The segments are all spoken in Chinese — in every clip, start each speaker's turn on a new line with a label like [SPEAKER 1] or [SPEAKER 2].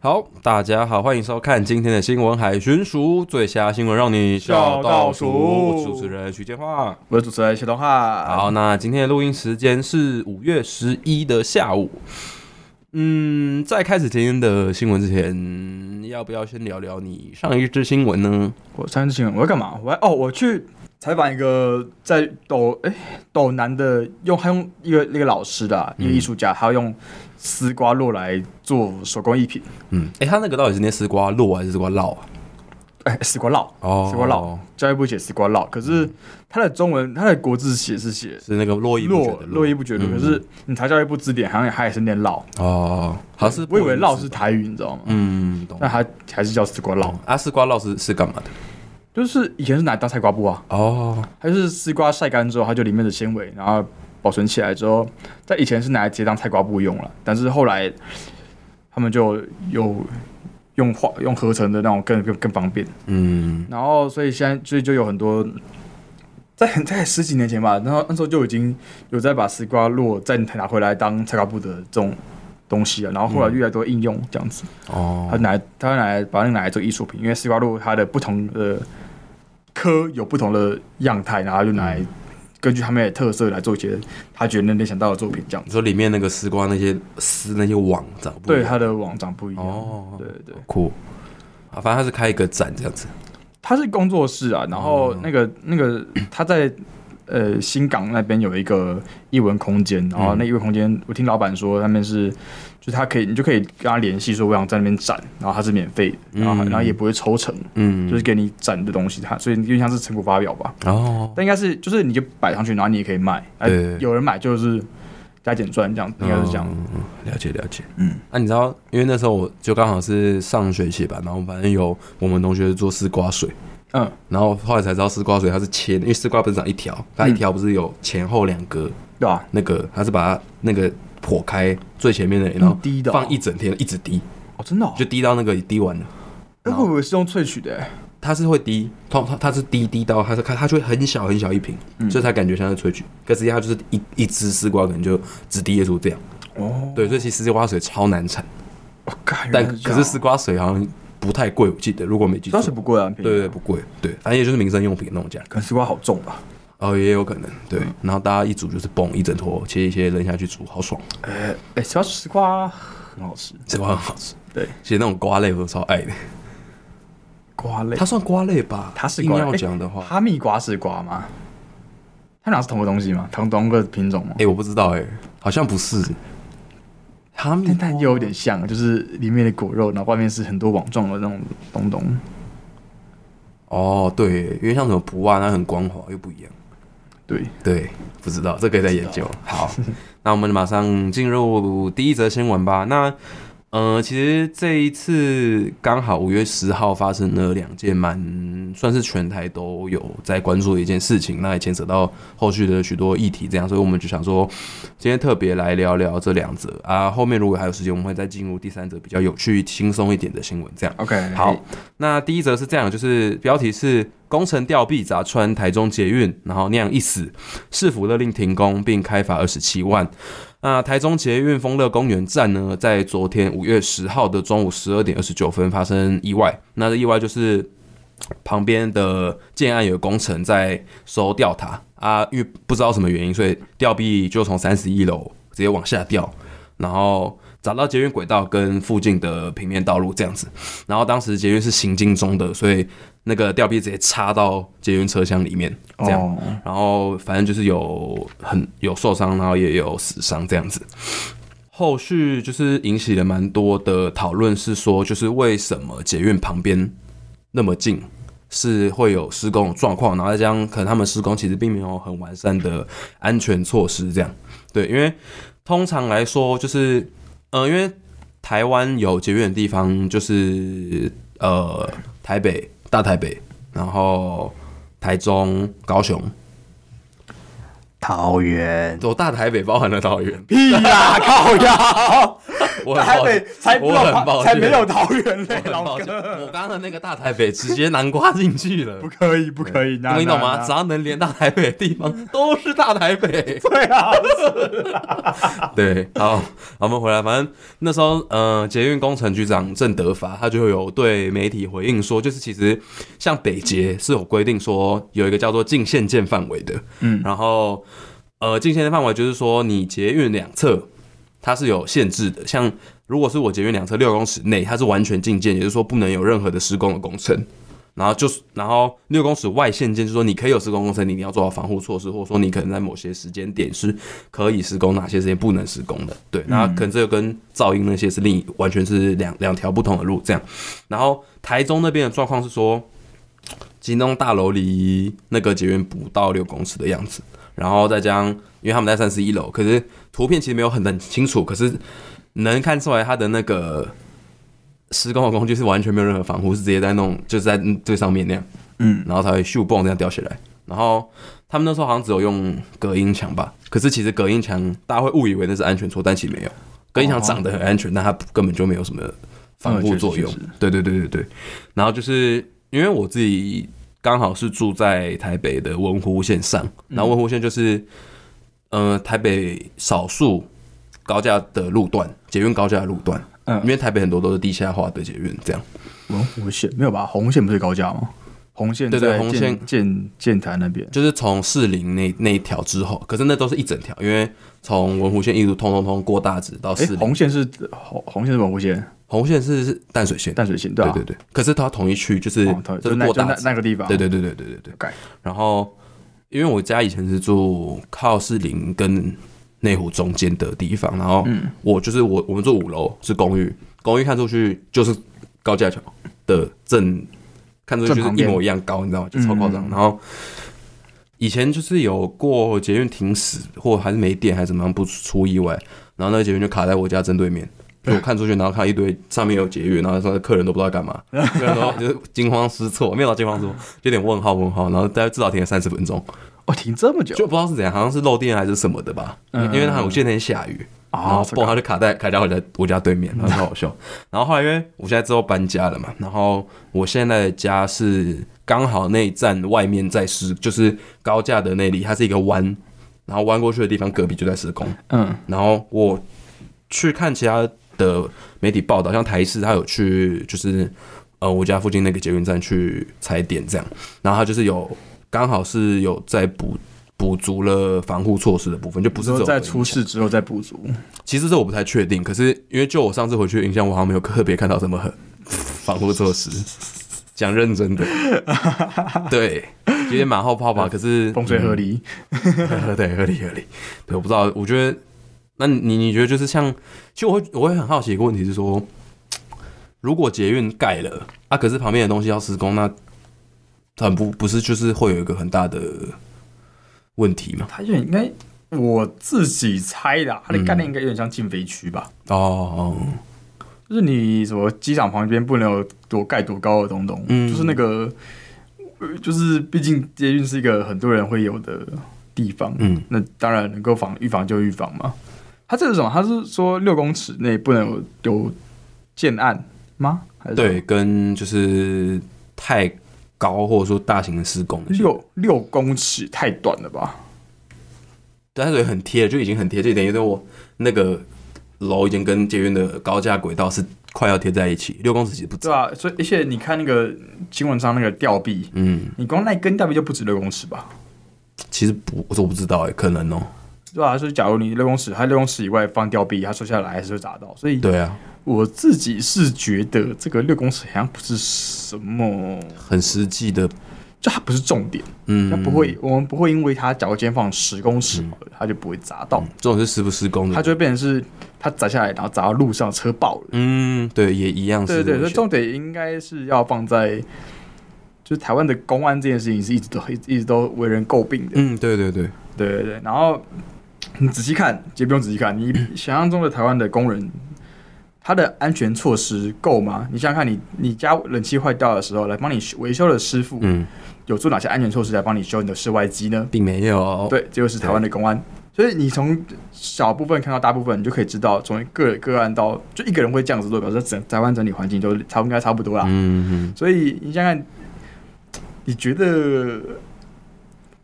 [SPEAKER 1] 好，大家好，欢迎收看今天的新闻海巡署最瞎新闻，让你
[SPEAKER 2] 笑到数
[SPEAKER 1] 我是主持人徐建化。
[SPEAKER 2] 我是主持人谢东汉。
[SPEAKER 1] 好，那今天的录音时间是五月十一的下午。嗯，在开始今天的新闻之前，要不要先聊聊你上一支新闻呢？
[SPEAKER 2] 我上次新闻我要干嘛？我要哦，我去采访一个在斗哎斗南的用他用一个那个老师的啊、
[SPEAKER 1] 嗯
[SPEAKER 2] 一个艺术家，他用丝瓜肉来做手工艺品，
[SPEAKER 1] 嗯，哎、他那个到底是念丝瓜肉还是丝瓜烙啊？
[SPEAKER 2] 哎、丝瓜烙，
[SPEAKER 1] 哦
[SPEAKER 2] 丝瓜烙，教育部写丝瓜烙，可是
[SPEAKER 1] 嗯
[SPEAKER 2] 他的中文他的国字写是写
[SPEAKER 1] 是那个络绎不绝
[SPEAKER 2] 络
[SPEAKER 1] 的
[SPEAKER 2] 络绎不绝的，
[SPEAKER 1] 嗯
[SPEAKER 2] 可是你查教育部字典，好像他也是念烙，
[SPEAKER 1] 哦，好像是
[SPEAKER 2] 我以为
[SPEAKER 1] 烙
[SPEAKER 2] 烙是，台语，你知道吗？
[SPEAKER 1] 嗯，懂
[SPEAKER 2] 但。他还是叫丝瓜烙，
[SPEAKER 1] 啊，丝瓜烙是是干嘛的？
[SPEAKER 2] 就是以前是拿来当菜瓜布啊。
[SPEAKER 1] 哦，
[SPEAKER 2] 它就是丝瓜晒干之后，它就里面的纤维，然后保存起来之后，在以前是拿来直接当菜瓜布用了，但是后来他们就有用化用合成的那种更更更方便，
[SPEAKER 1] 嗯，
[SPEAKER 2] 然后所以现在所以就有很多。在很在十几年前吧，然后那时候就已经有在把丝瓜落再拿回来当菜瓜布的这种东西了，然后后来越来越多应用这样子。
[SPEAKER 1] 哦
[SPEAKER 2] 他，拿来他拿来把那个拿来做艺术品，因为丝瓜肉它的不同的科有不同的样态，然后他就拿
[SPEAKER 1] 嗯
[SPEAKER 2] 来根据他们的特色来做一些他觉得能想到的作品，这样
[SPEAKER 1] 你
[SPEAKER 2] 子。
[SPEAKER 1] 说里面那个丝瓜那些丝那些网长不一
[SPEAKER 2] 对
[SPEAKER 1] 样
[SPEAKER 2] 他的网长不一样，
[SPEAKER 1] 哦
[SPEAKER 2] 对对对，
[SPEAKER 1] 酷啊，反正他是开一个展这样子，
[SPEAKER 2] 他是工作室啊，然
[SPEAKER 1] 哦
[SPEAKER 2] 后那个、那个他在呃新港那边有一个艺文空间，然
[SPEAKER 1] 嗯
[SPEAKER 2] 后那艺文空间我听老板说他们是，就是他可以你就可以跟他联系说我想在那边展，然后他是免费的，然后、
[SPEAKER 1] 嗯
[SPEAKER 2] 然后也不会抽成，
[SPEAKER 1] 嗯，
[SPEAKER 2] 就是给你展的东西，它所以就像是成果发表吧。
[SPEAKER 1] 哦，
[SPEAKER 2] 但应该是就是你就摆上去，然后你也可以卖，哎
[SPEAKER 1] 对，
[SPEAKER 2] 有人买就是加减赚这样，应该是这样。
[SPEAKER 1] 嗯，嗯嗯了解了解，嗯，那你知道，因为那时候我就刚好是上学期吧，然后反正有我们同学是做丝瓜水，
[SPEAKER 2] 嗯，
[SPEAKER 1] 然后后来才知道丝瓜水它是切的，因为丝瓜不是长一条，它一条
[SPEAKER 2] 嗯
[SPEAKER 1] 不是有前后两格，
[SPEAKER 2] 对吧？
[SPEAKER 1] 那个它是把它那个破开最前面的，然后
[SPEAKER 2] 用滴的哦
[SPEAKER 1] 放一整天，一直滴，
[SPEAKER 2] 哦，真的哦，
[SPEAKER 1] 就滴到那个滴完了。
[SPEAKER 2] 那会不会是用萃取的？哎
[SPEAKER 1] 它是会滴，通它它是滴滴到它是它它就会很小很小一瓶，
[SPEAKER 2] 嗯
[SPEAKER 1] 所以才感觉像是萃取。可实际它就是一一支丝瓜可能就只滴液出这样。
[SPEAKER 2] 哦，
[SPEAKER 1] 对，所以其实丝瓜水超难产，
[SPEAKER 2] 我靠，哦原
[SPEAKER 1] 但
[SPEAKER 2] 来这
[SPEAKER 1] 可
[SPEAKER 2] 样
[SPEAKER 1] 是丝瓜水好像不太贵，我记得如果没记
[SPEAKER 2] 当
[SPEAKER 1] 错。
[SPEAKER 2] 时不贵啊，很便宜
[SPEAKER 1] 对
[SPEAKER 2] 啊
[SPEAKER 1] 对对，不贵，对，反正也就是民生用品那种价格。
[SPEAKER 2] 可能丝瓜好重吧？
[SPEAKER 1] 哦，也有可能，对。
[SPEAKER 2] 嗯
[SPEAKER 1] 然后大家一煮就是嘣一整坨，切一切扔下去煮，好爽，
[SPEAKER 2] 哎哎，丝瓜丝瓜很好吃，
[SPEAKER 1] 丝瓜很好吃。
[SPEAKER 2] 对，
[SPEAKER 1] 其实那种瓜类我都超爱的，
[SPEAKER 2] 瓜类
[SPEAKER 1] 它算瓜类吧？
[SPEAKER 2] 哎它是
[SPEAKER 1] 硬
[SPEAKER 2] 瓜类，
[SPEAKER 1] 要
[SPEAKER 2] 哎
[SPEAKER 1] 讲的话，
[SPEAKER 2] 哈密瓜是瓜吗？它俩是同个东西吗？同同个品种吗
[SPEAKER 1] 哎、？我不知道哎、好像不是。哈密
[SPEAKER 2] 但但
[SPEAKER 1] 瓜
[SPEAKER 2] 又有点像，就是里面的果肉，然后外面是很多网状的那种东东。
[SPEAKER 1] 哦，对，因为像什么不啊，它很光滑又不一样。
[SPEAKER 2] 对，
[SPEAKER 1] 对，不知道，这可以再研究。好，那我们马上进入第一则新闻吧。那，呃，其实这一次刚好五月十号发生了两件蛮算是全台都有在关注的一件事情，那也牵扯到后续的许多议题，这样，所以我们就想说，今天特别来聊聊这两则啊。后面如果还有时间，我们会再进入第三则比较有趣、轻松一点的新闻，这样。
[SPEAKER 2] OK，
[SPEAKER 1] 好，那第一则是这样，就是标题是“工程吊臂砸穿台中捷运，然后酿一死”，市府勒令停工并开罚二十七万。那台中捷运丰乐公园站呢，在昨天五月十号的中午十二点二十九分发生意外。那这意外就是旁边的建案有工程在收吊塔啊，因为不知道什么原因，所以吊臂就从三十一楼直接往下掉，然后砸到捷运轨道跟附近的平面道路这样子。然后当时捷运是行进中的，所以那个吊臂直接插到捷运车厢里面，这样。
[SPEAKER 2] 哦
[SPEAKER 1] 然后反正就是有很有受伤，然后也有死伤这样子。后续就是引起了蛮多的讨论，是说就是为什么捷运旁边那么近是会有施工的状况，然后再加上可能他们施工其实并没有很完善的安全措施，这样对，因为通常来说就是，呃，因为台湾有捷运的地方就是呃台北、大台北，然后台中、高雄，
[SPEAKER 2] 桃园。
[SPEAKER 1] 我大台北包含了桃园，
[SPEAKER 2] 屁啦，靠呀！
[SPEAKER 1] 我很
[SPEAKER 2] 台
[SPEAKER 1] 抱
[SPEAKER 2] 北
[SPEAKER 1] 歉，
[SPEAKER 2] 才不
[SPEAKER 1] 我很抱
[SPEAKER 2] 有才
[SPEAKER 1] 歉
[SPEAKER 2] 没有桃园嘞，
[SPEAKER 1] 我很
[SPEAKER 2] 老
[SPEAKER 1] 抱歉，我
[SPEAKER 2] 哥，
[SPEAKER 1] 刚刚的那个大台北直接南瓜进去了
[SPEAKER 2] 不。可啊以不可以，那
[SPEAKER 1] 你懂吗？
[SPEAKER 2] 那
[SPEAKER 1] 只要能连到台北的地方，都是大台 北。
[SPEAKER 2] 对啊，
[SPEAKER 1] 对，好，好我们回来，反正那时候，呃，捷运工程局长郑德发他就有对媒体回应说，就是其实像北捷是有规定说有一个叫做禁限建范围的，
[SPEAKER 2] 嗯
[SPEAKER 1] 然后呃，禁限的范围就是说你捷运两侧它是有限制的，像如果是我捷运两侧六公尺内，它是完全禁建，也就是说不能有任何的施工的工程。然后就是，然后六公尺外限建，就是说你可以有施工工程，你一定要做好防护措施，或者说你可能在某些时间点是可以施工，哪些时间不能施工的。对，那可能这个跟噪音那些是另一完全是两两条不同的路这样。然后台中那边的状况是说，金东大楼离那个捷运不到六公尺的样子，然后再加上因为他们在三十一楼，可是图片其实没有很很清楚，可是能看出来它的那个施工的工具是完全没有任何防护，是直接在弄就是在最上面那样，
[SPEAKER 2] 嗯，
[SPEAKER 1] 然后才会咻蹦这样掉下来。然后他们那时候好像只有用隔音墙吧，可是其实隔音墙大家会误以为那是安全措，但其实没有，隔音墙长得很安全，但它根本就没有什么防护作用
[SPEAKER 2] 嗯确实确实。
[SPEAKER 1] 对对对对对。然后就是因为我自己刚好是住在台北的文湖线上，然后文湖线就是呃台北少数高架的路段，捷运高架的路段。
[SPEAKER 2] 嗯
[SPEAKER 1] 因为台北很多都是地下化的捷运，这样。
[SPEAKER 2] 文湖线没有吧？红线不是高架吗？红线
[SPEAKER 1] 对对
[SPEAKER 2] 在
[SPEAKER 1] 红
[SPEAKER 2] 建
[SPEAKER 1] 线
[SPEAKER 2] 建建台那边，
[SPEAKER 1] 就是从士林那那一条之后，可是那都是一整条，因为从文湖线一路通通通过大直到
[SPEAKER 2] 哎
[SPEAKER 1] 士，林，
[SPEAKER 2] 红线是红红线是文湖线，
[SPEAKER 1] 红线是是淡水线，
[SPEAKER 2] 淡水线对
[SPEAKER 1] 对
[SPEAKER 2] 吧？
[SPEAKER 1] 对对，可是它同一区就是
[SPEAKER 2] 哦它
[SPEAKER 1] 就
[SPEAKER 2] 就是那
[SPEAKER 1] 过
[SPEAKER 2] 就
[SPEAKER 1] 大
[SPEAKER 2] 那
[SPEAKER 1] 直，
[SPEAKER 2] 那个地方，
[SPEAKER 1] 对对对对对对对。
[SPEAKER 2] 改
[SPEAKER 1] 然后因为我家以前是住靠士林跟内湖中间的地方，然后
[SPEAKER 2] 嗯
[SPEAKER 1] 我就是我我们住五楼是公寓，公寓看出去就是高架桥的正，看出去就
[SPEAKER 2] 正
[SPEAKER 1] 是
[SPEAKER 2] 旁
[SPEAKER 1] 一
[SPEAKER 2] 边
[SPEAKER 1] 模一样高，你知道吗？就超夸张。
[SPEAKER 2] 嗯
[SPEAKER 1] 然后以前就是有过捷运停驶或还是没电还是怎么样不出意外，然后那个捷运就卡在我家正对面。就我看出去，然后看到一堆上面有捷运，然后说客人都不知道干嘛，客人都就是惊慌失措，没有到惊慌失措，有点问号问号，然后大概至少停了三十分钟，
[SPEAKER 2] 哦，停这么久
[SPEAKER 1] 就不知道是怎样，好像是漏电还是什么的吧，
[SPEAKER 2] 嗯
[SPEAKER 1] 因为他我记得那天下雨，然后
[SPEAKER 2] 啊，这
[SPEAKER 1] 不，
[SPEAKER 2] 个嗯
[SPEAKER 1] 他就卡在卡在我家我家对面，然后超好笑。然后后来因为我现在之后搬家了嘛，然后我现在的家是刚好那一站外面在施，就是高架的那里，它是一个弯，然后弯过去的地方隔壁就在施工。
[SPEAKER 2] 嗯
[SPEAKER 1] 然后我去看其他的媒体报道，像台视他有去就是呃我家附近那个捷运站去踩点这样，然后他就是有刚好是有在补补足了防护措施的部分，就不
[SPEAKER 2] 不
[SPEAKER 1] 是只有
[SPEAKER 2] 在
[SPEAKER 1] 围
[SPEAKER 2] 出
[SPEAKER 1] 墙
[SPEAKER 2] 事之后再补足，
[SPEAKER 1] 其实这我不太确定，可是因为就我上次回去的印象，我好像没有特别看到什么很防护措施。讲认真 的，对，有点马后炮吧。可是
[SPEAKER 2] 风水合理。
[SPEAKER 1] 嗯 对，合理合理。对，我不知道，我觉得，那你你觉得就是像，其实我会我会很好奇一个问题是说，如果捷运盖了啊，可是旁边的东西要施工，那很不不是就是会有一个很大的问题嘛？
[SPEAKER 2] 它有点应该我自己猜
[SPEAKER 1] 嗯
[SPEAKER 2] 的啊，它的概念应该有点像禁飞区吧。
[SPEAKER 1] 哦哦，
[SPEAKER 2] 就是你什么机场旁边不能有多盖多高的东东，
[SPEAKER 1] 嗯
[SPEAKER 2] 就是那个，呃就是毕竟捷运是一个很多人会有的地方，
[SPEAKER 1] 嗯
[SPEAKER 2] 那当然能够防预防就预防嘛。他这是什么？他是说六公尺内不能有有建案吗？还是什么
[SPEAKER 1] 对，，跟就是太高或者说大型的施工的，
[SPEAKER 2] 六六公尺太短了吧？
[SPEAKER 1] 但是也很贴，就已经很贴，这点有点我那个楼已经跟捷运的高架轨道是快要贴在一起，六公尺其实不止
[SPEAKER 2] 对。啊，所以而且你看那个新闻上那个吊臂，
[SPEAKER 1] 嗯，
[SPEAKER 2] 你光那一根吊臂就不止六公尺吧？
[SPEAKER 1] 其实不，我说我不知道哎、可能哦、
[SPEAKER 2] 对啊，所以假如你六公尺，它六公尺以外放吊臂，它摔下来还是会砸到，所以
[SPEAKER 1] 对啊，
[SPEAKER 2] 我自己是觉得这个六公尺好像不是什么，
[SPEAKER 1] 很实际的，
[SPEAKER 2] 就它不是重点，
[SPEAKER 1] 嗯，
[SPEAKER 2] 它不会，我们不会因为它假如今天放十公尺好了，它就不会砸到，
[SPEAKER 1] 这种是施不施工的，
[SPEAKER 2] 它就会变成是它砸下来，然后砸到路上车爆了。
[SPEAKER 1] 嗯嗯，对，也一样
[SPEAKER 2] 对
[SPEAKER 1] 是
[SPEAKER 2] 对对，
[SPEAKER 1] 危
[SPEAKER 2] 所以
[SPEAKER 1] 险，
[SPEAKER 2] 重点应该是要放在，就是台湾的公安这件事情是一直都一一直都为人诟病的。
[SPEAKER 1] 嗯，对对对，
[SPEAKER 2] 对对对，然后你仔细看，也不用仔细看，你想象中的台湾的工人，他的安全措施够吗？你想想看你，你家冷气坏掉的时候，来帮你修维修的师傅、
[SPEAKER 1] 嗯，
[SPEAKER 2] 有做哪些安全措施来帮你修你的室外机呢？
[SPEAKER 1] 并没有，
[SPEAKER 2] 对，这就是台湾的公安。所以你从小部分看到大部分，你就可以知道，从个个案到就一个人会这样子做，表示整台湾整体环境都差不应该差不多啦。
[SPEAKER 1] 嗯，嗯
[SPEAKER 2] 所以你想想看，你觉得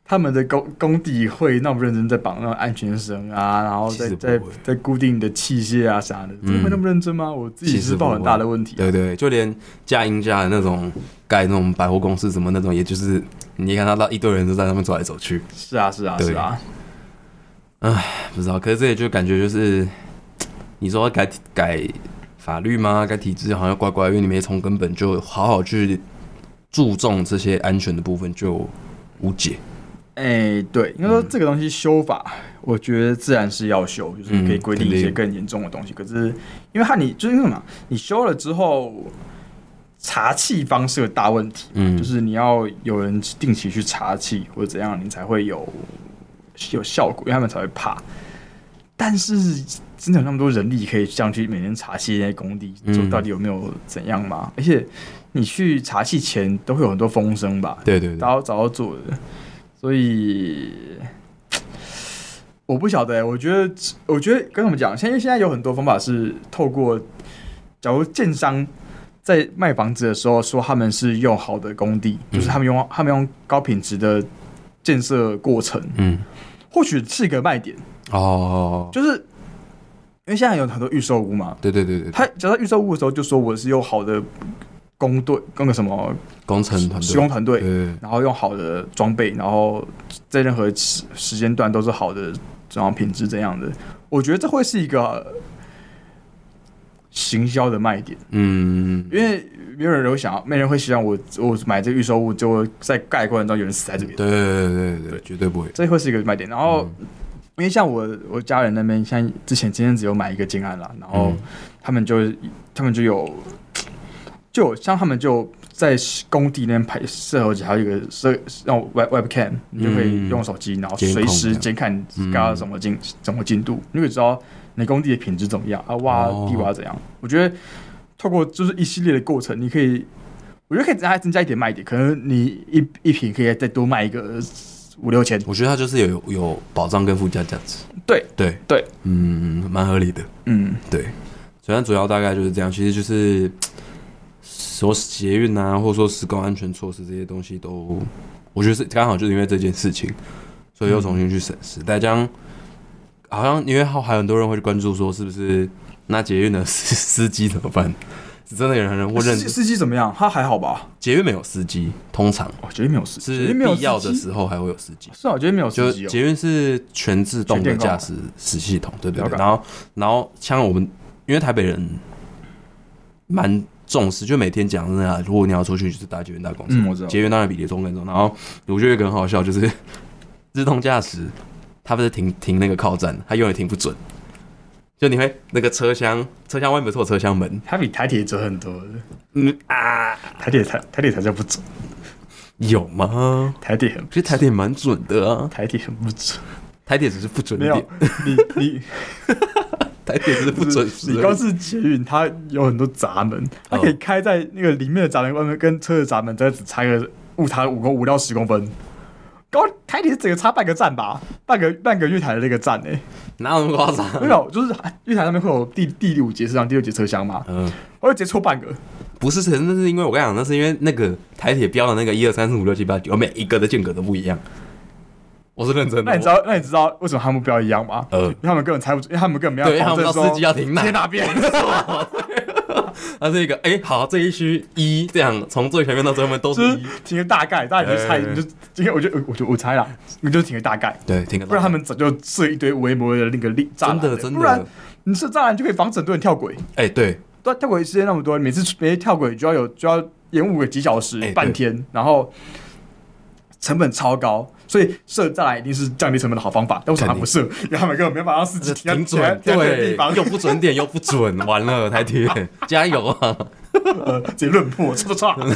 [SPEAKER 2] 他们的工工地会那么认真在绑那种安全绳啊，然后
[SPEAKER 1] 其
[SPEAKER 2] 再
[SPEAKER 1] 实
[SPEAKER 2] 在
[SPEAKER 1] 不会
[SPEAKER 2] 在固定你的器械啊啥的，
[SPEAKER 1] 嗯
[SPEAKER 2] 真的会那么认真吗？我自己
[SPEAKER 1] 其实
[SPEAKER 2] 是抱很
[SPEAKER 1] 不会
[SPEAKER 2] 大的问题。
[SPEAKER 1] 对对，就连架鹰架的那种盖那种百货公司什么那种，也就是你看到一堆人都在那边走来走去，
[SPEAKER 2] 是啊，是啊，
[SPEAKER 1] 对
[SPEAKER 2] 是啊，
[SPEAKER 1] 不知道。可是这也就感觉就是，你说要改改法律吗？改体制好像乖乖，因为你没从根本就好好去注重这些安全的部分，就无解。
[SPEAKER 2] 哎、对，应该
[SPEAKER 1] 嗯
[SPEAKER 2] 说这个东西修法，我觉得自然是要修，就是
[SPEAKER 1] 嗯
[SPEAKER 2] 可以规定一
[SPEAKER 1] 肯
[SPEAKER 2] 些
[SPEAKER 1] 定
[SPEAKER 2] 更严重的东西。可是因为它你就是什么，你修了之后，查气方是个大问题。
[SPEAKER 1] 嗯，
[SPEAKER 2] 就是你要有人定期去查气或者怎样，你才会有有效果，因为他们才会怕。但是真的有那么多人力可以这样去每天查气那些工地，
[SPEAKER 1] 嗯
[SPEAKER 2] 就到底有没有怎样吗？而且你去查气前都会有很多风声吧，
[SPEAKER 1] 对对
[SPEAKER 2] 大
[SPEAKER 1] 对，
[SPEAKER 2] 家早要做的，所以。我不晓得、欸，我觉得，我觉得跟他们讲，现在现在有很多方法是透过，假如建商在卖房子的时候说他们是用好的工地，
[SPEAKER 1] 嗯
[SPEAKER 2] 就是他们用他们用高品质的建设过程，
[SPEAKER 1] 嗯，
[SPEAKER 2] 或许是一个卖点，
[SPEAKER 1] 哦，
[SPEAKER 2] 就是因为现在有很多预售屋嘛，
[SPEAKER 1] 对对对对，
[SPEAKER 2] 他只要在预售屋的时候就说我是用好的工队，那个什么
[SPEAKER 1] 工程团队，
[SPEAKER 2] 施工团队
[SPEAKER 1] 对，对嗯对
[SPEAKER 2] 然后用好的装备，然后在任何时时间段都是好的，然后品质怎样的，我觉得这会是一个行销的卖点，
[SPEAKER 1] 嗯，
[SPEAKER 2] 因为没有人会想要，没人会希望我我买这个预售物，就在盖过程中有人死在这
[SPEAKER 1] 对
[SPEAKER 2] 边，
[SPEAKER 1] 对对对对对，绝对不会。
[SPEAKER 2] 这会是一个卖点。然后、
[SPEAKER 1] 嗯
[SPEAKER 2] 因为像我我家人那边，像之前今天只有买一个金安啦，然后
[SPEAKER 1] 嗯
[SPEAKER 2] 他们就他们就有就有像他们就在工地那边拍摄好几，还有一个摄那种 web webcam，你就可以用手机，然后随时监看
[SPEAKER 1] 嗯
[SPEAKER 2] 刚刚什么进什么进度，你就可以知道你工地的品质怎么样啊，挖
[SPEAKER 1] 哦
[SPEAKER 2] 地挖怎样。我觉得透过就是一系列的过程，你可以。我觉得可以再增加一点卖点，可能你一一瓶可以再多卖一个五六千，
[SPEAKER 1] 我觉得它就是有有保障跟附加价值。
[SPEAKER 2] 对
[SPEAKER 1] 对
[SPEAKER 2] 对，
[SPEAKER 1] 嗯，蛮合理的。
[SPEAKER 2] 嗯，
[SPEAKER 1] 对，所以它主要大概就是这样。其实就是说捷运啊，或者说施工安全措施这些东西都，我觉得是刚好就是因为这件事情，所以又重新去审
[SPEAKER 2] 嗯
[SPEAKER 1] 视。大家好像因为还还有很多人会去关注说，是不是那捷运的 司司机怎么办？是真的有人会
[SPEAKER 2] 司
[SPEAKER 1] 认
[SPEAKER 2] 机司机怎么样？他还好吧？
[SPEAKER 1] 捷运没有司机，通常
[SPEAKER 2] 哦，绝对没有司机，绝
[SPEAKER 1] 是
[SPEAKER 2] 对没有
[SPEAKER 1] 必要
[SPEAKER 2] 司
[SPEAKER 1] 的
[SPEAKER 2] 机
[SPEAKER 1] 时候还会有司机。
[SPEAKER 2] 是啊，我觉得没有
[SPEAKER 1] 就
[SPEAKER 2] 司机哦。
[SPEAKER 1] 捷运是全自动的
[SPEAKER 2] 全电控
[SPEAKER 1] 驾驶时系统，对对
[SPEAKER 2] 了
[SPEAKER 1] 对。
[SPEAKER 2] 解
[SPEAKER 1] 然后，然后像我们，因为台北人蛮重视，就每天讲真的啊，如果你要出去，就是搭捷运搭公车。
[SPEAKER 2] 嗯，我知道。
[SPEAKER 1] 捷运当然比列中更重。然后我觉得有一个很好笑，就是自动驾驶，它不是停停那个靠站，它永远停不准。就你会那个车厢，车厢外面不是有车厢门，
[SPEAKER 2] 它比台铁准很多，
[SPEAKER 1] 嗯啊，
[SPEAKER 2] 台铁台台铁才叫不准，
[SPEAKER 1] 有吗？
[SPEAKER 2] 台铁很
[SPEAKER 1] 其实台铁蛮准的啊，
[SPEAKER 2] 台铁很不准。
[SPEAKER 1] 台铁只是不准
[SPEAKER 2] 没有
[SPEAKER 1] 点，
[SPEAKER 2] 你 你
[SPEAKER 1] 台铁只是不准哦时而已。
[SPEAKER 2] 你光是捷运，它有很多闸门，它可以开在那个里面的闸门外面，跟车的闸门再只差个误差五公五到十公分。高台铁整个差半个站吧，半个半个月台的那个站 哎、
[SPEAKER 1] 哪有那么夸张？
[SPEAKER 2] 没有，就是啊月台上面会有第第六节车厢、第六节车厢嘛，
[SPEAKER 1] 嗯，
[SPEAKER 2] 我会直接错半个。
[SPEAKER 1] 不是，那是因为我跟你讲，那是因为那个台铁标的那个一二三四五六七八九，每一个的间隔都不一样。我是认真的。
[SPEAKER 2] 那你知道那你知道为什么他们不要一样吗？
[SPEAKER 1] 呃
[SPEAKER 2] 因为他们根本猜不出，因为他们根本没
[SPEAKER 1] 对
[SPEAKER 2] 有
[SPEAKER 1] 他
[SPEAKER 2] 保
[SPEAKER 1] 们
[SPEAKER 2] 证
[SPEAKER 1] 知道
[SPEAKER 2] 说
[SPEAKER 1] 司机要停哪
[SPEAKER 2] 贴哪边。
[SPEAKER 1] 我？它是一个哎、好，这一区一这样，从最前面到最后面都
[SPEAKER 2] 就是是
[SPEAKER 1] 一。
[SPEAKER 2] 停个大概，大家你就猜，
[SPEAKER 1] 哎
[SPEAKER 2] 你就今天我就我就我猜啦，你就停个大概，
[SPEAKER 1] 对，停个。
[SPEAKER 2] 不然他们早就设一堆围膜的那个力栅
[SPEAKER 1] 真
[SPEAKER 2] 栏
[SPEAKER 1] 的
[SPEAKER 2] 了
[SPEAKER 1] 真的
[SPEAKER 2] 不然你设栅栏就可以防止很多人跳轨，
[SPEAKER 1] 哎、对，
[SPEAKER 2] 对啊，跳轨时间那么多，每次每次跳轨就要有就要延误个几小时、
[SPEAKER 1] 哎
[SPEAKER 2] 半天，然后成本超高，所以设栅栏一定是降低成本的好方法，但为什么他不设？因为他们根本没办法让司机停在
[SPEAKER 1] 挺
[SPEAKER 2] 停在
[SPEAKER 1] 呃准，
[SPEAKER 2] 停在对的地
[SPEAKER 1] 对
[SPEAKER 2] 方，，
[SPEAKER 1] 又不准点又不准，完了台 铁加油啊！
[SPEAKER 2] 呃，直接论破，错错 错，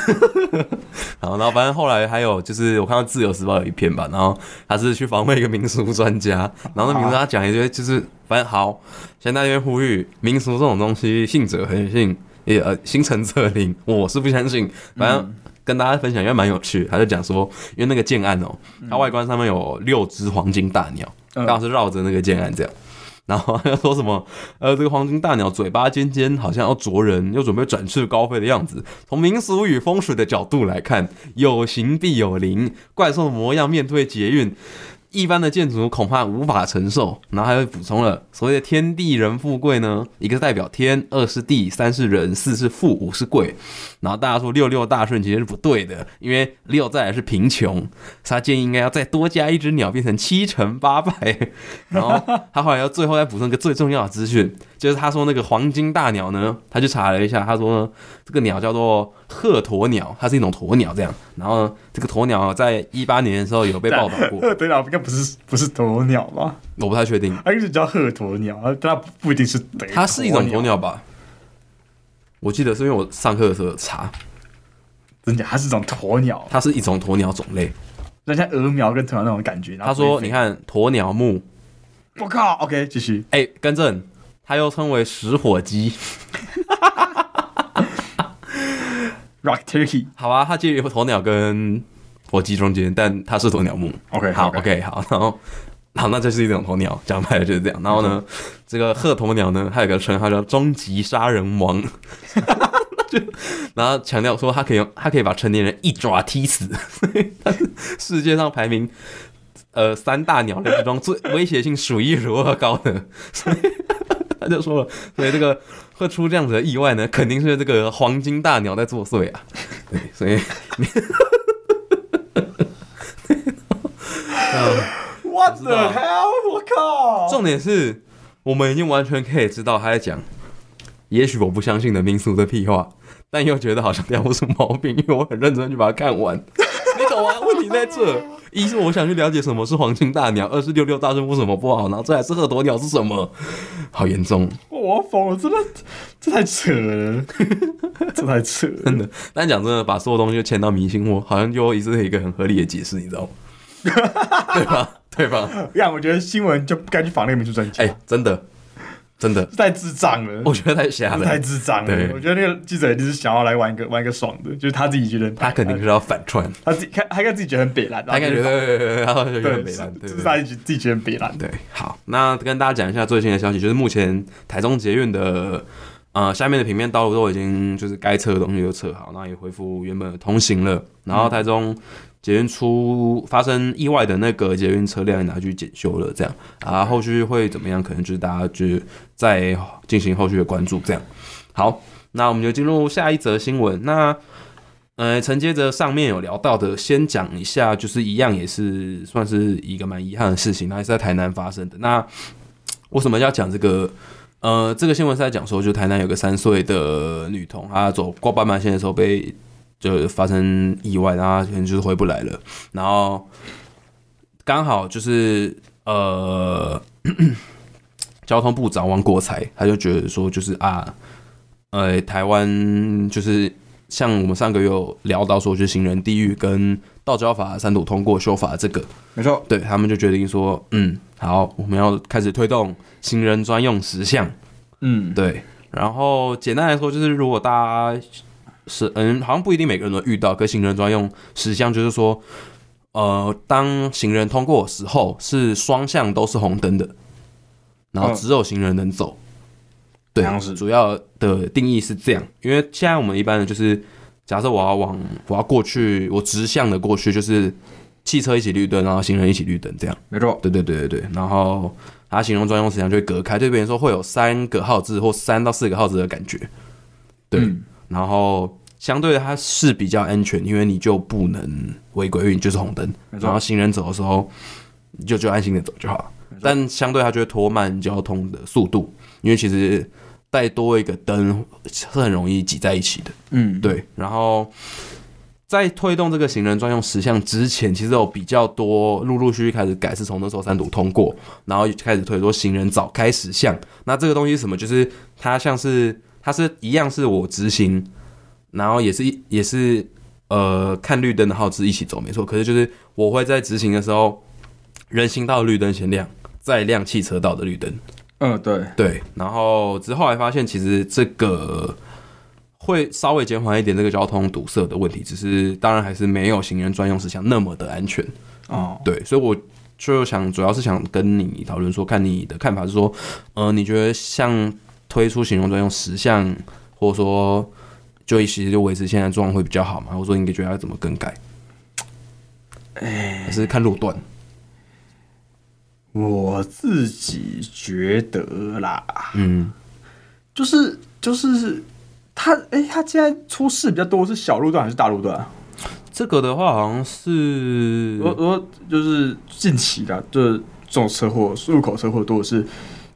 [SPEAKER 1] 好，然后反正后来还有就是，我看到《自由时报》有一篇吧，然后他是去访问一个民俗专家，然后那民俗他讲一些就是，反正好，现在那边呼吁民俗这种东西，信者恒信，也呃心诚则灵，我是不相信，反正。跟大家分享，因为蛮有趣的。他就讲说，因为那个建案哦、它外观上面有六只黄金大鸟，刚好是绕着那个建案这样。然后 他就说什么，呃，这个黄金大鸟嘴巴尖尖，好像要啄人，又准备展翅高飞的样子。从民俗与风水的角度来看，有形必有灵，怪兽模样面对捷运，一般的建筑恐怕无法承受。然后还又补充了，所谓的天地人富贵呢，一个是代表天，二是地，三是人，四是富，五是贵。然后大家说六六大顺其实是不对的，因为六再来是贫穷，所以他建议应该要再多加一只鸟，变成七乘八百。 然后他后来要最后再补充一个最重要的资讯，就是他说那个黄金大鸟呢，他去查了一下，他说呢这个鸟叫做鹤鸵鸟，它是一种鸵鸟这样。然后呢这个鸵鸟在一八年的时候有被报道过，
[SPEAKER 2] 鹤鸵鸟应该不是不是鸵鸟吧？
[SPEAKER 1] 我不太确定，
[SPEAKER 2] 它一直叫鹤鸵鸟，但它不一定是德
[SPEAKER 1] 它是一种鸵，鸟吧？我记得是因为我上课的时候有查，
[SPEAKER 2] 真假？它是一种鸵鸟，
[SPEAKER 1] 它是一种鸵鸟种类。
[SPEAKER 2] 那像鹅苗跟鸵鸟那种感觉。然
[SPEAKER 1] 他
[SPEAKER 2] 后
[SPEAKER 1] 说：“
[SPEAKER 2] 飞
[SPEAKER 1] 你，看鸵鸟目，
[SPEAKER 2] 我靠，OK，继续。
[SPEAKER 1] 哎、更正，它又称为食火鸡。
[SPEAKER 2] Rock Turkey，
[SPEAKER 1] 好啊，它介于鸵鸟跟火鸡中间，但它是鸵鸟目。
[SPEAKER 2] OK，
[SPEAKER 1] 好
[SPEAKER 2] OK
[SPEAKER 1] ，OK，好，然后。”好，那这是一种鸵鸟，讲白了就是这样。然后呢，这个鹤鸵鸟呢，它有个称号叫“终极杀人王”，就 然后强调说它可以用，它可以把成年人一爪踢死， 所以它是世界上排名呃三大鸟类之中最威胁性数一数二高的， 所以他就说了，所以这个会出这样子的意外呢，肯定是这个黄金大鸟在作祟啊，对，所以。
[SPEAKER 2] What
[SPEAKER 1] 知道
[SPEAKER 2] the hell？我 靠！
[SPEAKER 1] 重点是，我们已经完全可以知道他在讲，也许我不相信的民俗的屁话，但又觉得好像挑不出毛病，因为我很认真去把它看 完。你懂吗？问题在这：一是我想去了解什么是黄金大鸟，二是六六大顺为什么不好，然后再来是鹤鸵鸟是什么，好严重，
[SPEAKER 2] 我要疯了，真的，这太 扯了，这太扯了。
[SPEAKER 1] 真的。但讲真的，把所有东西就牵到迷信我好像就一是一个很合理的解释，你 知道吗？对吧？对 吧？
[SPEAKER 2] 呀，我觉得新闻就不该去访那个民族专家，
[SPEAKER 1] 哎、真的，真的，
[SPEAKER 2] 这太智障了，
[SPEAKER 1] 我觉得太瞎
[SPEAKER 2] 这
[SPEAKER 1] 了
[SPEAKER 2] 太。智障了
[SPEAKER 1] 对。
[SPEAKER 2] 我觉得那个记者一定是想要来玩一个玩一个爽的，就是他自己觉得很
[SPEAKER 1] 他肯定是要反串，
[SPEAKER 2] 他自己看，他应该自己觉得很北蓝，
[SPEAKER 1] 大概觉
[SPEAKER 2] 然后
[SPEAKER 1] 得，然后就
[SPEAKER 2] 就
[SPEAKER 1] 有
[SPEAKER 2] 对，
[SPEAKER 1] 点北蓝，对
[SPEAKER 2] 就
[SPEAKER 1] 对
[SPEAKER 2] 是他
[SPEAKER 1] 对
[SPEAKER 2] 自己自己觉得很北蓝。
[SPEAKER 1] 对。好，那跟大家讲一下最新的消息，就是目前台中捷运的呃下面的平面道路都已经就是该撤的东西都撤好，那也恢复原本的通行了。然后台中捷运出发生意外的那个捷运车辆也拿去检修了，这样啊，后续会怎么样？可能就是大家就是再进行后续的关注，这样。好，那我们就进入下一则新闻。那呃，承接着上面有聊到的，先讲一下，就是一样也是算是一个蛮遗憾的事情，那也是在台南发生的。那为什么要讲这个？呃，这个新闻是在讲说，就台南有个三岁的女童，她走过斑马线的时候被就发生意外，然后她可能就是回不来了。然后刚好就是呃， 交通部长王国才他就觉得说，就是啊，呃，台湾就是像我们上个月有聊到说，就是行人地狱跟道交法三读通过修法这个，
[SPEAKER 2] 没错，
[SPEAKER 1] 对他们就决定说，嗯，好，我们要开始推动行人专用实项。
[SPEAKER 2] 嗯，
[SPEAKER 1] 对，然后简单来说就是，如果大家是嗯，好像不一定每个人都遇到，可行人专用实项就是说，呃，当行人通过的时候是双向都是红灯的，然后
[SPEAKER 2] 嗯
[SPEAKER 1] 只有行人能走。对
[SPEAKER 2] 好像是，
[SPEAKER 1] 主要的定义是这样，因为现在我们一般的就是，假设我要往我要过去，我直向的过去就是汽车一起绿灯，然后行人一起绿灯这样。
[SPEAKER 2] 没错，
[SPEAKER 1] 对对对对对，然后它形容专用词项就会隔开，对别人说会有三个号字或三到四个号字的感觉，对，
[SPEAKER 2] 嗯
[SPEAKER 1] 然后相对的它是比较安全，因为你就不能违规，因为你就是红灯，
[SPEAKER 2] 没错
[SPEAKER 1] 然后行人走的时候你就就安心的走就好了，但相对它就会拖慢交通的速度，因为其实再多一个灯是很容易挤在一起的。
[SPEAKER 2] 嗯，
[SPEAKER 1] 对，然后在推动这个行人专用实项之前，其实有比较多陆陆续续开始改，是从那时候三读通过，然后开始推说行人早开实项。那这个东西是什么？就是它像是它是一样是我执行，然后也是一也是呃看绿灯的号志一起走，没错。可是就是我会在执行的时候，人行道的绿灯先亮，再亮汽车道的绿灯。
[SPEAKER 2] 嗯，对，
[SPEAKER 1] 对，然后之后还发现，其实这个会稍微减缓一点这个交通堵塞的问题，只是当然还是没有行人专用事项那么的安全。
[SPEAKER 2] 哦，
[SPEAKER 1] 对，所以我就想主要是想跟你讨论说，看你的看法是说，呃，你觉得像推出行动专用十项，或者说就其实就维持现在状况会比较好嘛？或者说你觉得要怎么更改？哎，还是看路段。
[SPEAKER 2] 我自己觉得啦，
[SPEAKER 1] 嗯，
[SPEAKER 2] 就是就是他哎、他现在出事比较多是小路段还是大路段啊？
[SPEAKER 1] 这个的话好像是
[SPEAKER 2] 我我就是近期的，就是这种车祸，路口车祸多的是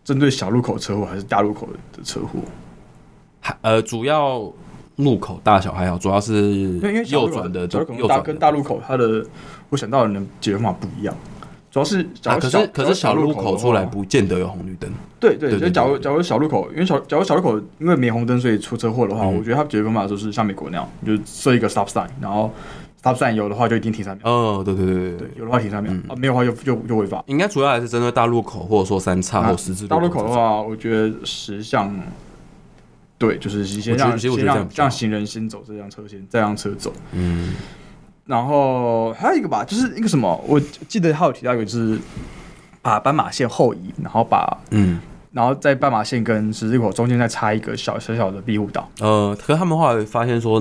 [SPEAKER 2] 针对小路口车祸还是大路口的车祸？
[SPEAKER 1] 还呃主要路口大小还好，主要是
[SPEAKER 2] 因为因为小
[SPEAKER 1] 右
[SPEAKER 2] 路口
[SPEAKER 1] 转的
[SPEAKER 2] 小路
[SPEAKER 1] 右
[SPEAKER 2] 口大
[SPEAKER 1] 转
[SPEAKER 2] 跟
[SPEAKER 1] 的
[SPEAKER 2] 大路口它的我想到的解决方法不一样，主要是假
[SPEAKER 1] 啊，
[SPEAKER 2] 如
[SPEAKER 1] 可
[SPEAKER 2] 小、
[SPEAKER 1] 是可是小路口出来
[SPEAKER 2] 不。
[SPEAKER 1] 不见得有红绿灯，
[SPEAKER 2] 对对，
[SPEAKER 1] 对
[SPEAKER 2] 就
[SPEAKER 1] 对
[SPEAKER 2] 假如
[SPEAKER 1] 对
[SPEAKER 2] 假如小路口，因为小假如小路口因为没红灯所以出车祸的话，
[SPEAKER 1] 嗯
[SPEAKER 2] 我觉得他解决方法就是像美国那样，你就设一个 stop sign，然后 stop sign 有的话就一定停三秒，
[SPEAKER 1] 哦，对对对对
[SPEAKER 2] 对
[SPEAKER 1] 对，，
[SPEAKER 2] 有的话停三秒，
[SPEAKER 1] 嗯
[SPEAKER 2] 啊没有的话就就就违法。
[SPEAKER 1] 应该主要还是针对大路口或者说三岔
[SPEAKER 2] 那
[SPEAKER 1] 或十字
[SPEAKER 2] 啊大路口的
[SPEAKER 1] 这种，
[SPEAKER 2] 话，我觉得十项，对，就是先
[SPEAKER 1] 我觉得
[SPEAKER 2] 让
[SPEAKER 1] 其实我
[SPEAKER 2] 先
[SPEAKER 1] 觉得这样
[SPEAKER 2] 让
[SPEAKER 1] 比较好
[SPEAKER 2] 让行人先走，这辆车先再让车走。
[SPEAKER 1] 嗯，
[SPEAKER 2] 然后还有一个吧，就是一个什么，我记得还有提到一个就是把斑马线后移，然后把
[SPEAKER 1] 嗯
[SPEAKER 2] 然后在斑马线跟十字口中间再插一个小小小的庇护岛。
[SPEAKER 1] 呃，可是他们后来发现说，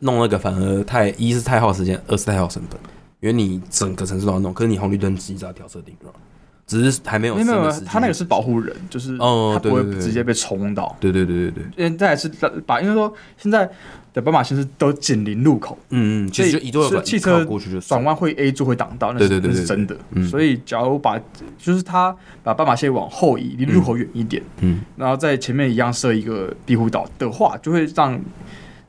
[SPEAKER 1] 弄那个反而太一是太耗时间，二是太耗成本，因为你整个城市都要弄，可是你红绿灯只是要调设定了，只是还没有
[SPEAKER 2] 没有没
[SPEAKER 1] 真
[SPEAKER 2] 有
[SPEAKER 1] 哦的时，间
[SPEAKER 2] 他那个是保护人，就是
[SPEAKER 1] 哦
[SPEAKER 2] 他不会
[SPEAKER 1] 对对对
[SPEAKER 2] 直接被冲到。
[SPEAKER 1] 对对对对对，
[SPEAKER 2] 因为再来是把，因为说现在的斑马线是都紧邻路口，
[SPEAKER 1] 嗯嗯，其实就
[SPEAKER 2] 所以
[SPEAKER 1] 一座
[SPEAKER 2] 是汽车
[SPEAKER 1] 过去就算
[SPEAKER 2] 转
[SPEAKER 1] 了，
[SPEAKER 2] 弯会 A 柱会挡到，那是
[SPEAKER 1] 对对对
[SPEAKER 2] 那
[SPEAKER 1] 对
[SPEAKER 2] 是真的。
[SPEAKER 1] 嗯
[SPEAKER 2] 所以假如把就是他把斑马线往后移，离路口远一点，
[SPEAKER 1] 嗯
[SPEAKER 2] 然后在前面一样设一个庇护岛的话，就会让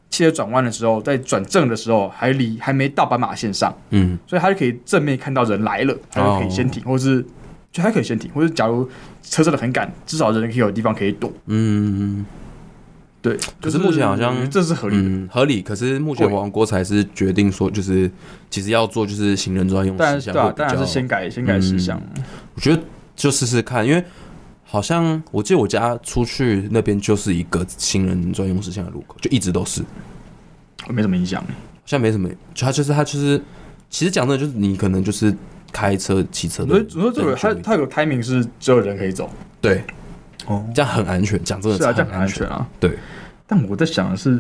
[SPEAKER 2] 汽车转弯的时候，在转正的时候还离还没到斑马线上，
[SPEAKER 1] 嗯
[SPEAKER 2] 所以他就可以正面看到人来
[SPEAKER 1] 哦
[SPEAKER 2] 了，他就可以先停，或是就他可以先停，或是假如车真的很赶，至少人可以有地方可以躲。
[SPEAKER 1] 嗯。
[SPEAKER 2] 对，
[SPEAKER 1] 可
[SPEAKER 2] 就是
[SPEAKER 1] 目前好像
[SPEAKER 2] 我觉得这是合理的，
[SPEAKER 1] 嗯，合理。可是目前
[SPEAKER 2] 贵
[SPEAKER 1] 王国才是决定说，就是其实要做就是行人专用
[SPEAKER 2] 当
[SPEAKER 1] 事
[SPEAKER 2] 然
[SPEAKER 1] 项
[SPEAKER 2] 对
[SPEAKER 1] 会
[SPEAKER 2] 啊，
[SPEAKER 1] 比
[SPEAKER 2] 当然
[SPEAKER 1] 较嗯
[SPEAKER 2] 是先改先改事项，
[SPEAKER 1] 我觉得就试试看，因为好像我记得我家出去那边就是一个行人专用事项的路口，就一直都是，好
[SPEAKER 2] 会没什么影响。
[SPEAKER 1] 像没什么。就它就是它就是，其实讲真的就是你可能就是开车、骑车
[SPEAKER 2] 我
[SPEAKER 1] 的
[SPEAKER 2] 说
[SPEAKER 1] 人
[SPEAKER 2] 我说这个
[SPEAKER 1] 更久
[SPEAKER 2] 它
[SPEAKER 1] 一点
[SPEAKER 2] 它有个 timing 是只有人可以走，
[SPEAKER 1] 对，
[SPEAKER 2] 哦，
[SPEAKER 1] 这样很安全。讲真的
[SPEAKER 2] 是啊，这样
[SPEAKER 1] 很
[SPEAKER 2] 很安全。啊。
[SPEAKER 1] 对，
[SPEAKER 2] 但我在想的是，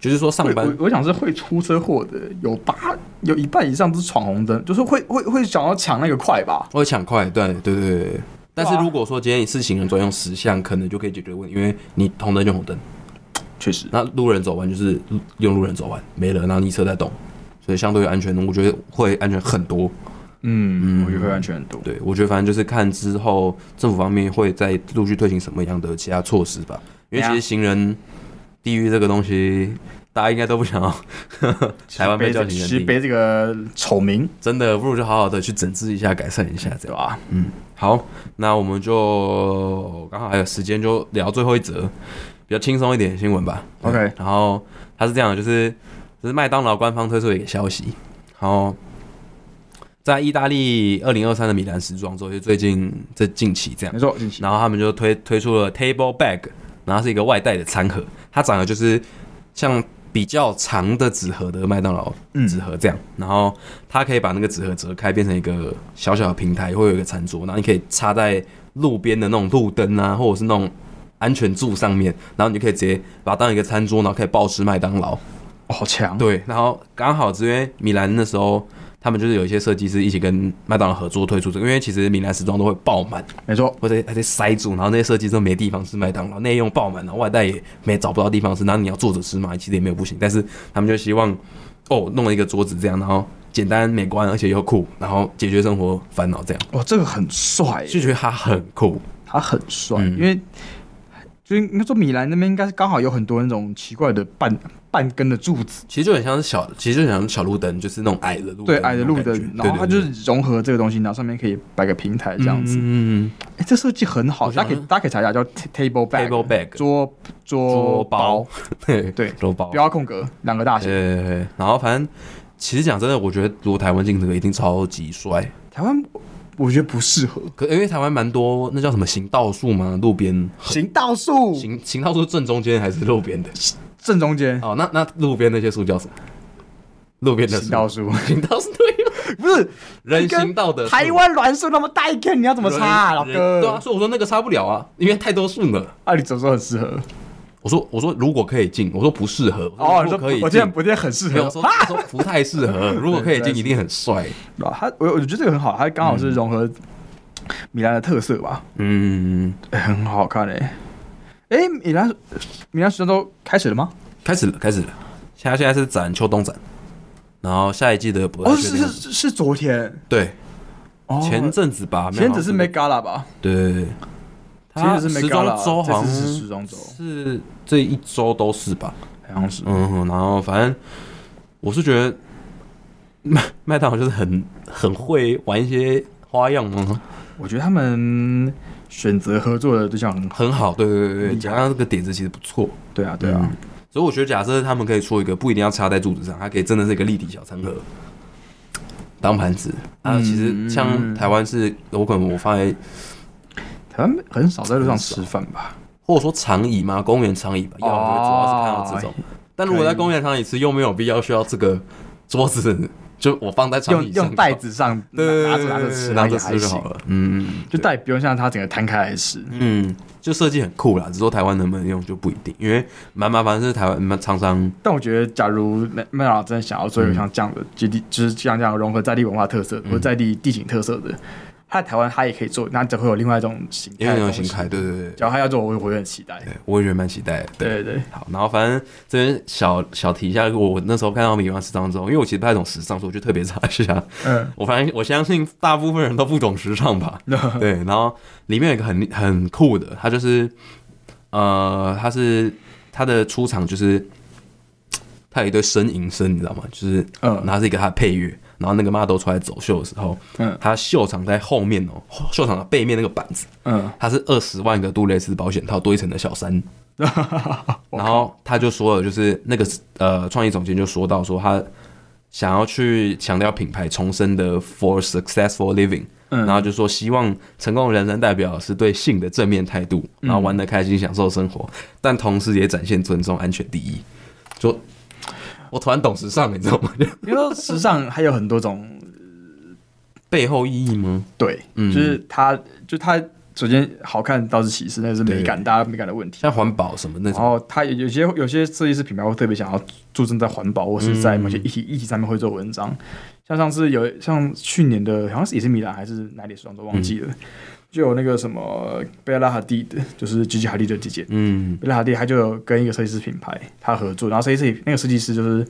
[SPEAKER 1] 就是说上
[SPEAKER 2] 会
[SPEAKER 1] 班
[SPEAKER 2] 我我想是会出车祸的，有八有一半以上是闯红灯，就是会会会想要抢那个快吧。
[SPEAKER 1] 我会抢快，对对对对。但是
[SPEAKER 2] 对啊
[SPEAKER 1] 如果说今天你是行人专用十项，可能就可以解决问题，因为你红灯就红灯。
[SPEAKER 2] 确实，
[SPEAKER 1] 那路人走完就是用路人走完，没了，然后你车在动，所以相对于安全，我觉得会安全很多。
[SPEAKER 2] 嗯，我觉得会安全很多。
[SPEAKER 1] 对我觉得反正就是看之后政府方面会再陆续推行什么样的其他措施吧，因为其
[SPEAKER 2] 对
[SPEAKER 1] 实
[SPEAKER 2] 啊
[SPEAKER 1] 行人地狱这个东西，大家应该都不想要，台湾被叫行人
[SPEAKER 2] 其实
[SPEAKER 1] 地狱，
[SPEAKER 2] 背这个丑名，
[SPEAKER 1] 真的不如就好好的去整治一下，改善一下这
[SPEAKER 2] 对
[SPEAKER 1] 样。嗯
[SPEAKER 2] 吧？
[SPEAKER 1] 好，那我们就刚好还有时间，就聊最后一则比较轻松一点的新闻吧。
[SPEAKER 2] OK
[SPEAKER 1] 对然后它是这样的，就是这是麦当劳官方推出的一个消息，然后在意大利二零二三的米兰时装周，就最近这近期这样
[SPEAKER 2] 没，错，近期
[SPEAKER 1] 然后他们就推推出了 table bag，然后是一个外带的餐盒，它长得就是像比较长的纸盒的麦当劳
[SPEAKER 2] 嗯
[SPEAKER 1] 纸盒这样，然后它可以把那个纸盒折开，变成一个小小的平台，会有一个餐桌，然后你可以插在路边的那种路灯啊，或者是那种安全柱上面，然后你就可以直接把它当一个餐桌，然后可以暴吃麦当劳。
[SPEAKER 2] 哦好强，
[SPEAKER 1] 对，然后刚好是因为米兰那时候。他们就是有一些设计师一起跟麦当劳合作推出这个，因为其实米兰时装都会爆满，
[SPEAKER 2] 没错，
[SPEAKER 1] 或者还得塞住，然后那些设计师都没地方吃麦当劳，内用爆满，然后外带也没找不到地方吃，然后你要坐着吃嘛，其实也没有不行，但是他们就希望哦弄了一个桌子这样，然后简单美观，而且又酷，然后解决生活烦恼这样，
[SPEAKER 2] 哇，哦这个很帅耶，
[SPEAKER 1] 就觉得它很酷，
[SPEAKER 2] 他很帅，
[SPEAKER 1] 嗯
[SPEAKER 2] 因为就应该说米兰那边应该是刚好有很多那种奇怪的半半根的柱子，
[SPEAKER 1] 其实就很像是小，其实就很像小路灯，就是那种矮的路灯，
[SPEAKER 2] 对，矮的路
[SPEAKER 1] 那种
[SPEAKER 2] 灯，
[SPEAKER 1] 感觉
[SPEAKER 2] 然后它就
[SPEAKER 1] 对对对
[SPEAKER 2] 是融合这个东西，然后上面可以摆个平台这样子。
[SPEAKER 1] 嗯，嗯嗯
[SPEAKER 2] 哎、这设计很好，
[SPEAKER 1] 我想
[SPEAKER 2] 大家可以大家可以查一下，叫 ta- table bag，,
[SPEAKER 1] Table bag
[SPEAKER 2] 桌桌
[SPEAKER 1] 桌包， 对
[SPEAKER 2] 对
[SPEAKER 1] 桌包
[SPEAKER 2] 不，要空格，两个大写。
[SPEAKER 1] 对对对，然后反正其实讲真的，我觉得如果台湾进这个一定超级帅，
[SPEAKER 2] 台湾我我觉得不适合，
[SPEAKER 1] 可因为台湾蛮多那叫什么行道树嘛，路边
[SPEAKER 2] 行道树
[SPEAKER 1] 行行道树正中间还是路边的？
[SPEAKER 2] 正中间，
[SPEAKER 1] 哦，那那路边那些树叫什么？路边的
[SPEAKER 2] 行道
[SPEAKER 1] 树，
[SPEAKER 2] 树，
[SPEAKER 1] 行道树对吗？
[SPEAKER 2] 不是
[SPEAKER 1] 人行道德树
[SPEAKER 2] 台湾栾树那么大一根，你要怎么擦、啊，老
[SPEAKER 1] 人人对啊，
[SPEAKER 2] 哥？
[SPEAKER 1] 所以我说那个插不了啊，因为太多树了。
[SPEAKER 2] 啊，你怎么说很适合？
[SPEAKER 1] 我说我说如果可以进，我说不适合。
[SPEAKER 2] 哦，
[SPEAKER 1] 我
[SPEAKER 2] 你
[SPEAKER 1] 说如
[SPEAKER 2] 说
[SPEAKER 1] 果可以
[SPEAKER 2] 我
[SPEAKER 1] 进
[SPEAKER 2] 今天，我今天很适
[SPEAKER 1] 没有
[SPEAKER 2] 合
[SPEAKER 1] 我，说我说不太适合。 如果可以进，一定很帅。
[SPEAKER 2] 对啊吧？他我我觉得这个很好，他刚好是融合米兰的特色吧，
[SPEAKER 1] 嗯，
[SPEAKER 2] 哎很好看诶、哎、米兰米兰时装周开始了吗？
[SPEAKER 1] 开始了，开始了。现在现在是展秋冬展，然后下一季的不太
[SPEAKER 2] 哦，
[SPEAKER 1] 确
[SPEAKER 2] 是
[SPEAKER 1] 定。啊
[SPEAKER 2] 是是是昨天，
[SPEAKER 1] 对，
[SPEAKER 2] 哦
[SPEAKER 1] 前阵子吧，
[SPEAKER 2] 前阵子是
[SPEAKER 1] 没
[SPEAKER 2] Met Gala 吧？
[SPEAKER 1] 对对对，
[SPEAKER 2] 前
[SPEAKER 1] 他
[SPEAKER 2] 阵子是
[SPEAKER 1] 时
[SPEAKER 2] Met
[SPEAKER 1] 装
[SPEAKER 2] Gala，
[SPEAKER 1] 周好
[SPEAKER 2] 这
[SPEAKER 1] 像
[SPEAKER 2] 次是时装周，
[SPEAKER 1] 是这一周都是吧？
[SPEAKER 2] 好像是。
[SPEAKER 1] 嗯哼，然后反正我是觉得麦麦当劳就是很很会玩一些花样嘛，
[SPEAKER 2] 我觉得他们选择合作的对象很好。
[SPEAKER 1] 很好，对对对
[SPEAKER 2] 厉
[SPEAKER 1] 对，
[SPEAKER 2] 害
[SPEAKER 1] 加上这个点子其实不错，
[SPEAKER 2] 对啊，对啊，
[SPEAKER 1] 嗯所以我觉得假设他们可以出一个不一定要插在柱子上，它可以真的是一个立体小餐盒。当盘子，啊，
[SPEAKER 2] 嗯
[SPEAKER 1] 其实
[SPEAKER 2] 嗯
[SPEAKER 1] 像
[SPEAKER 2] 嗯
[SPEAKER 1] 台湾是，我可能我放在
[SPEAKER 2] 台湾很少在路上吃饭吧？
[SPEAKER 1] 或者说长椅嘛，公园长椅吧，
[SPEAKER 2] 哦
[SPEAKER 1] 要我觉得主要是看到这种。但如果在公园长椅吃，又没有必要需要这个桌子，就我放在长
[SPEAKER 2] 用
[SPEAKER 1] 椅上
[SPEAKER 2] 用袋子上
[SPEAKER 1] 对
[SPEAKER 2] 拿着拿着吃，
[SPEAKER 1] 拿着
[SPEAKER 2] 那也
[SPEAKER 1] 吃
[SPEAKER 2] 还
[SPEAKER 1] 就好
[SPEAKER 2] 行，
[SPEAKER 1] 了。嗯，
[SPEAKER 2] 就袋不用像它整个摊开来吃。
[SPEAKER 1] 嗯，就设计很酷啦，只是说台湾能不能用就不一定，因为蛮麻烦，是台湾蛮常常
[SPEAKER 2] 但我觉得，假如麦麦当劳真的想要做一
[SPEAKER 1] 嗯
[SPEAKER 2] 个像这样的基地，就是像这样融合在地文化特色的或者在地地景特色的，它在台湾它也可以做，那只会有另外一种形
[SPEAKER 1] 因
[SPEAKER 2] 态
[SPEAKER 1] 为
[SPEAKER 2] 的
[SPEAKER 1] 有
[SPEAKER 2] 东西。
[SPEAKER 1] 形态，对对对
[SPEAKER 2] 只要它要做，我我会很期待。
[SPEAKER 1] 对，我也觉得蛮期待的。对，
[SPEAKER 2] 对对，
[SPEAKER 1] 好，然后反正这边小小提一下，我我那时候看到米兰时尚周，因为我其实不太懂时尚，所以我就特别查一下。
[SPEAKER 2] 嗯，
[SPEAKER 1] 我反正我相信大部分人都不懂时尚 吧，对，然后里面有一个很很酷的，它就是呃，它是它的出场就是它有一对呻吟声，你知道吗？就是
[SPEAKER 2] 嗯
[SPEAKER 1] 然后它是一个它的配乐，然后那个 model 出来走秀的时候，
[SPEAKER 2] 嗯
[SPEAKER 1] 它秀场在后面哦，秀场的背面那个板子，
[SPEAKER 2] 嗯，
[SPEAKER 1] 它是二十万个杜蕾斯保险套多一层的小 三。然后他就说了，就是那个呃，创意总监就说到说他想要去强调品牌重生的 for successful living，、
[SPEAKER 2] 嗯
[SPEAKER 1] 然后就说希望成功人生代表是对性的正面态度，然后玩得开心，享受生活，但同时也展现尊重、安全第一。就我突然懂时尚了，你知道吗？就
[SPEAKER 2] 因为说时尚还有很多种
[SPEAKER 1] 背后意义吗？
[SPEAKER 2] 对，
[SPEAKER 1] 嗯
[SPEAKER 2] 就是它，就它首先好看倒是其次，那是美感，
[SPEAKER 1] 对
[SPEAKER 2] 大家美感的问题。
[SPEAKER 1] 像环保什么那
[SPEAKER 2] 然
[SPEAKER 1] 种，
[SPEAKER 2] 后它有有些有些设计师品牌会特别想要注重在环保或是在某
[SPEAKER 1] 嗯
[SPEAKER 2] 些议题、议题上面会做文章，像上次有像去年的好像是也是米兰还是哪里时装周忘记了，
[SPEAKER 1] 嗯
[SPEAKER 2] 就有那个什么贝拉哈蒂的，就是吉吉哈蒂的姐姐，
[SPEAKER 1] 嗯
[SPEAKER 2] 贝拉哈蒂她就有跟一个设计师品牌她合作，然后设计师那个设计师就是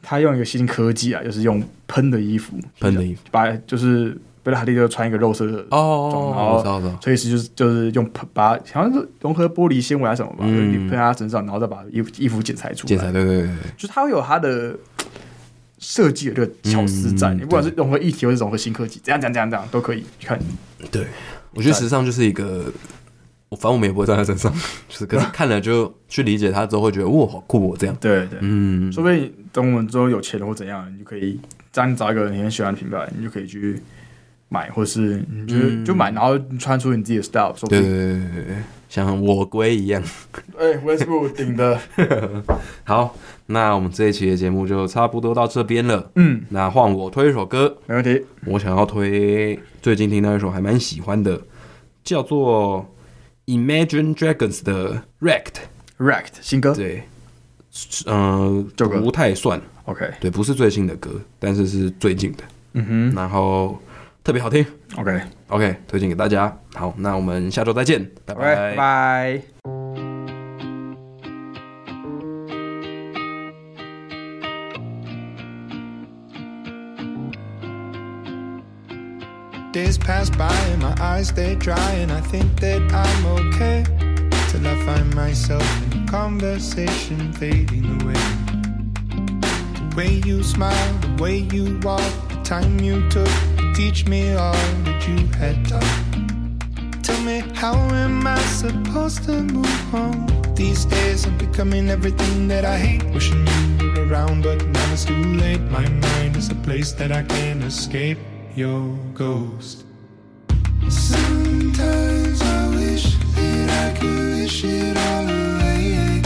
[SPEAKER 2] 他用一个新科技啊，就是用喷的衣服，
[SPEAKER 1] 喷的衣服
[SPEAKER 2] 把就是贝拉哈蒂就穿一个肉色的然
[SPEAKER 1] 哦，
[SPEAKER 2] 后
[SPEAKER 1] 我知道，我知道，
[SPEAKER 2] 所以是就是就是用喷把好像是融合玻璃纤维还是什么吧，就
[SPEAKER 1] 嗯
[SPEAKER 2] 是喷在他身上，然后再把衣服衣服剪裁出
[SPEAKER 1] 建
[SPEAKER 2] 来，
[SPEAKER 1] 材，对对对对，
[SPEAKER 2] 就是它会有它的设计的这个巧思在，
[SPEAKER 1] 嗯
[SPEAKER 2] 你不管是融合议题或是融合新科技，怎样怎样怎样怎样都可以去看。
[SPEAKER 1] 对，我觉得时尚就是一个，我反正我们也不会站在身上，就是可是看了就去理解它之后，会觉得哇好酷哦这样。
[SPEAKER 2] 对对，
[SPEAKER 1] 嗯，
[SPEAKER 2] 说不定等我们之后有钱了或怎样，你就可以这样找一个你很喜欢的品牌，你就可以去买，或是你就、
[SPEAKER 1] 嗯
[SPEAKER 2] 就买，然后穿出你自己的 style，说不
[SPEAKER 1] 对
[SPEAKER 2] 定
[SPEAKER 1] 对对对对对，像我龟一样。
[SPEAKER 2] 哎 Westbrook 顶的，
[SPEAKER 1] 好，那我们这一期的节目就差不多到这边了。
[SPEAKER 2] 嗯，
[SPEAKER 1] 那换我推一首歌，
[SPEAKER 2] 没问题。
[SPEAKER 1] 我想要推最近听到一首还蛮喜欢的，叫做 Imagine Dragons 的 Wrecked。
[SPEAKER 2] Racked 新歌
[SPEAKER 1] 对，嗯、
[SPEAKER 2] 这个
[SPEAKER 1] 不太算，
[SPEAKER 2] ，OK，
[SPEAKER 1] 对，不是最新的歌，但是是最近的。
[SPEAKER 2] 嗯
[SPEAKER 1] 然后特别好听。
[SPEAKER 2] 哼，OK，
[SPEAKER 1] OK，推荐给大家。好，那我们下周再见，拜
[SPEAKER 2] OK，拜拜。
[SPEAKER 3] Days pass by and my eyes they dry and I think that I'm okay till I find myself in conversation fading away. The way you smile, the way you walk, the time you took to teach me all that you had taught. Tell me how am I supposed to move on? These days I'm becoming everything that I hate. Wishing you were around, but now it's too late. My mind is a place that I can't escape. Your ghost. Sometimes I wish that I could wish it all away.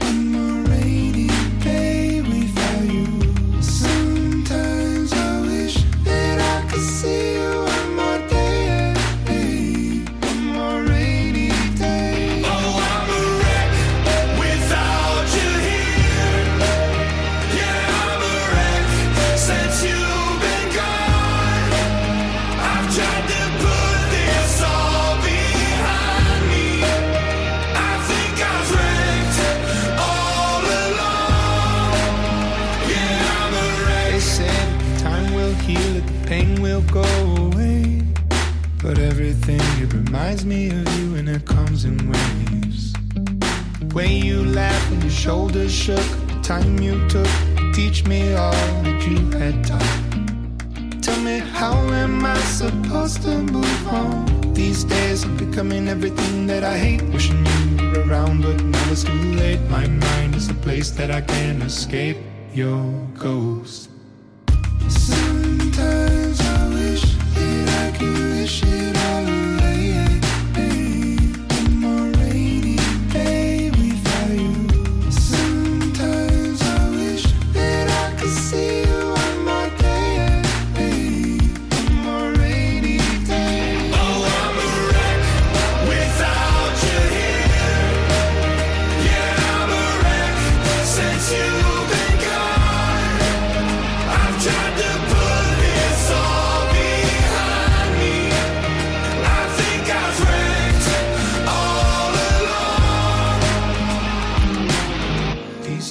[SPEAKER 3] One more rainy day without you. Sometimes it'll go away. But everything, it reminds me of you and it comes in waves. The way you laughed and your shoulders shook, the time you took, to teach me all that you had taught. Tell me, how am I supposed to move on? These days I'm becoming everything that I hate, wishing you were around, but now it's too late. My mind is a place that I can't escape your ghost. Sometimes I wish that I could wish it all away. On a rainy day without you. Sometimes I wish that I could see you on my day. On a rainy day. Oh, I'm a wreck without you here. Yeah, I'm a wreck since you've been gone. I've tried to put this all behind me. I think I was wrecked all along. These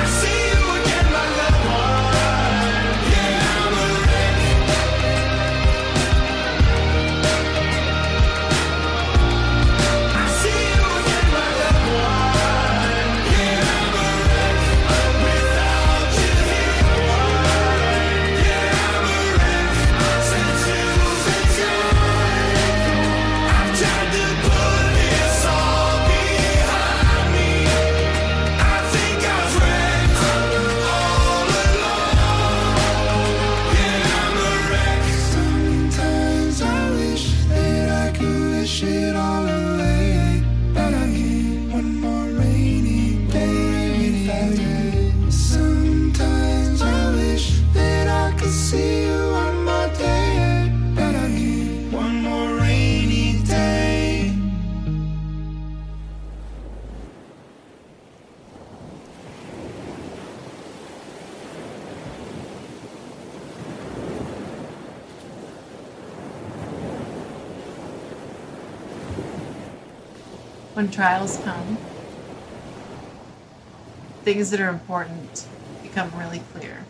[SPEAKER 3] I see you again, my loved one. Yeah, I'm a wreck. I see you again, my loved one. Yeah, I'm a wreck without you here. Yeah, I'm a wreck since you've been gone. I've tried to put this all behind me. I think I was wrecked all along. Yeah, I'm a wreck. Sometimes I wish that I could wish it all away. But I need one more rainy day without you. Sometimes I wish that I could see you on my day. But I need one more rainy day.
[SPEAKER 4] when trials come, things that are important become really clear.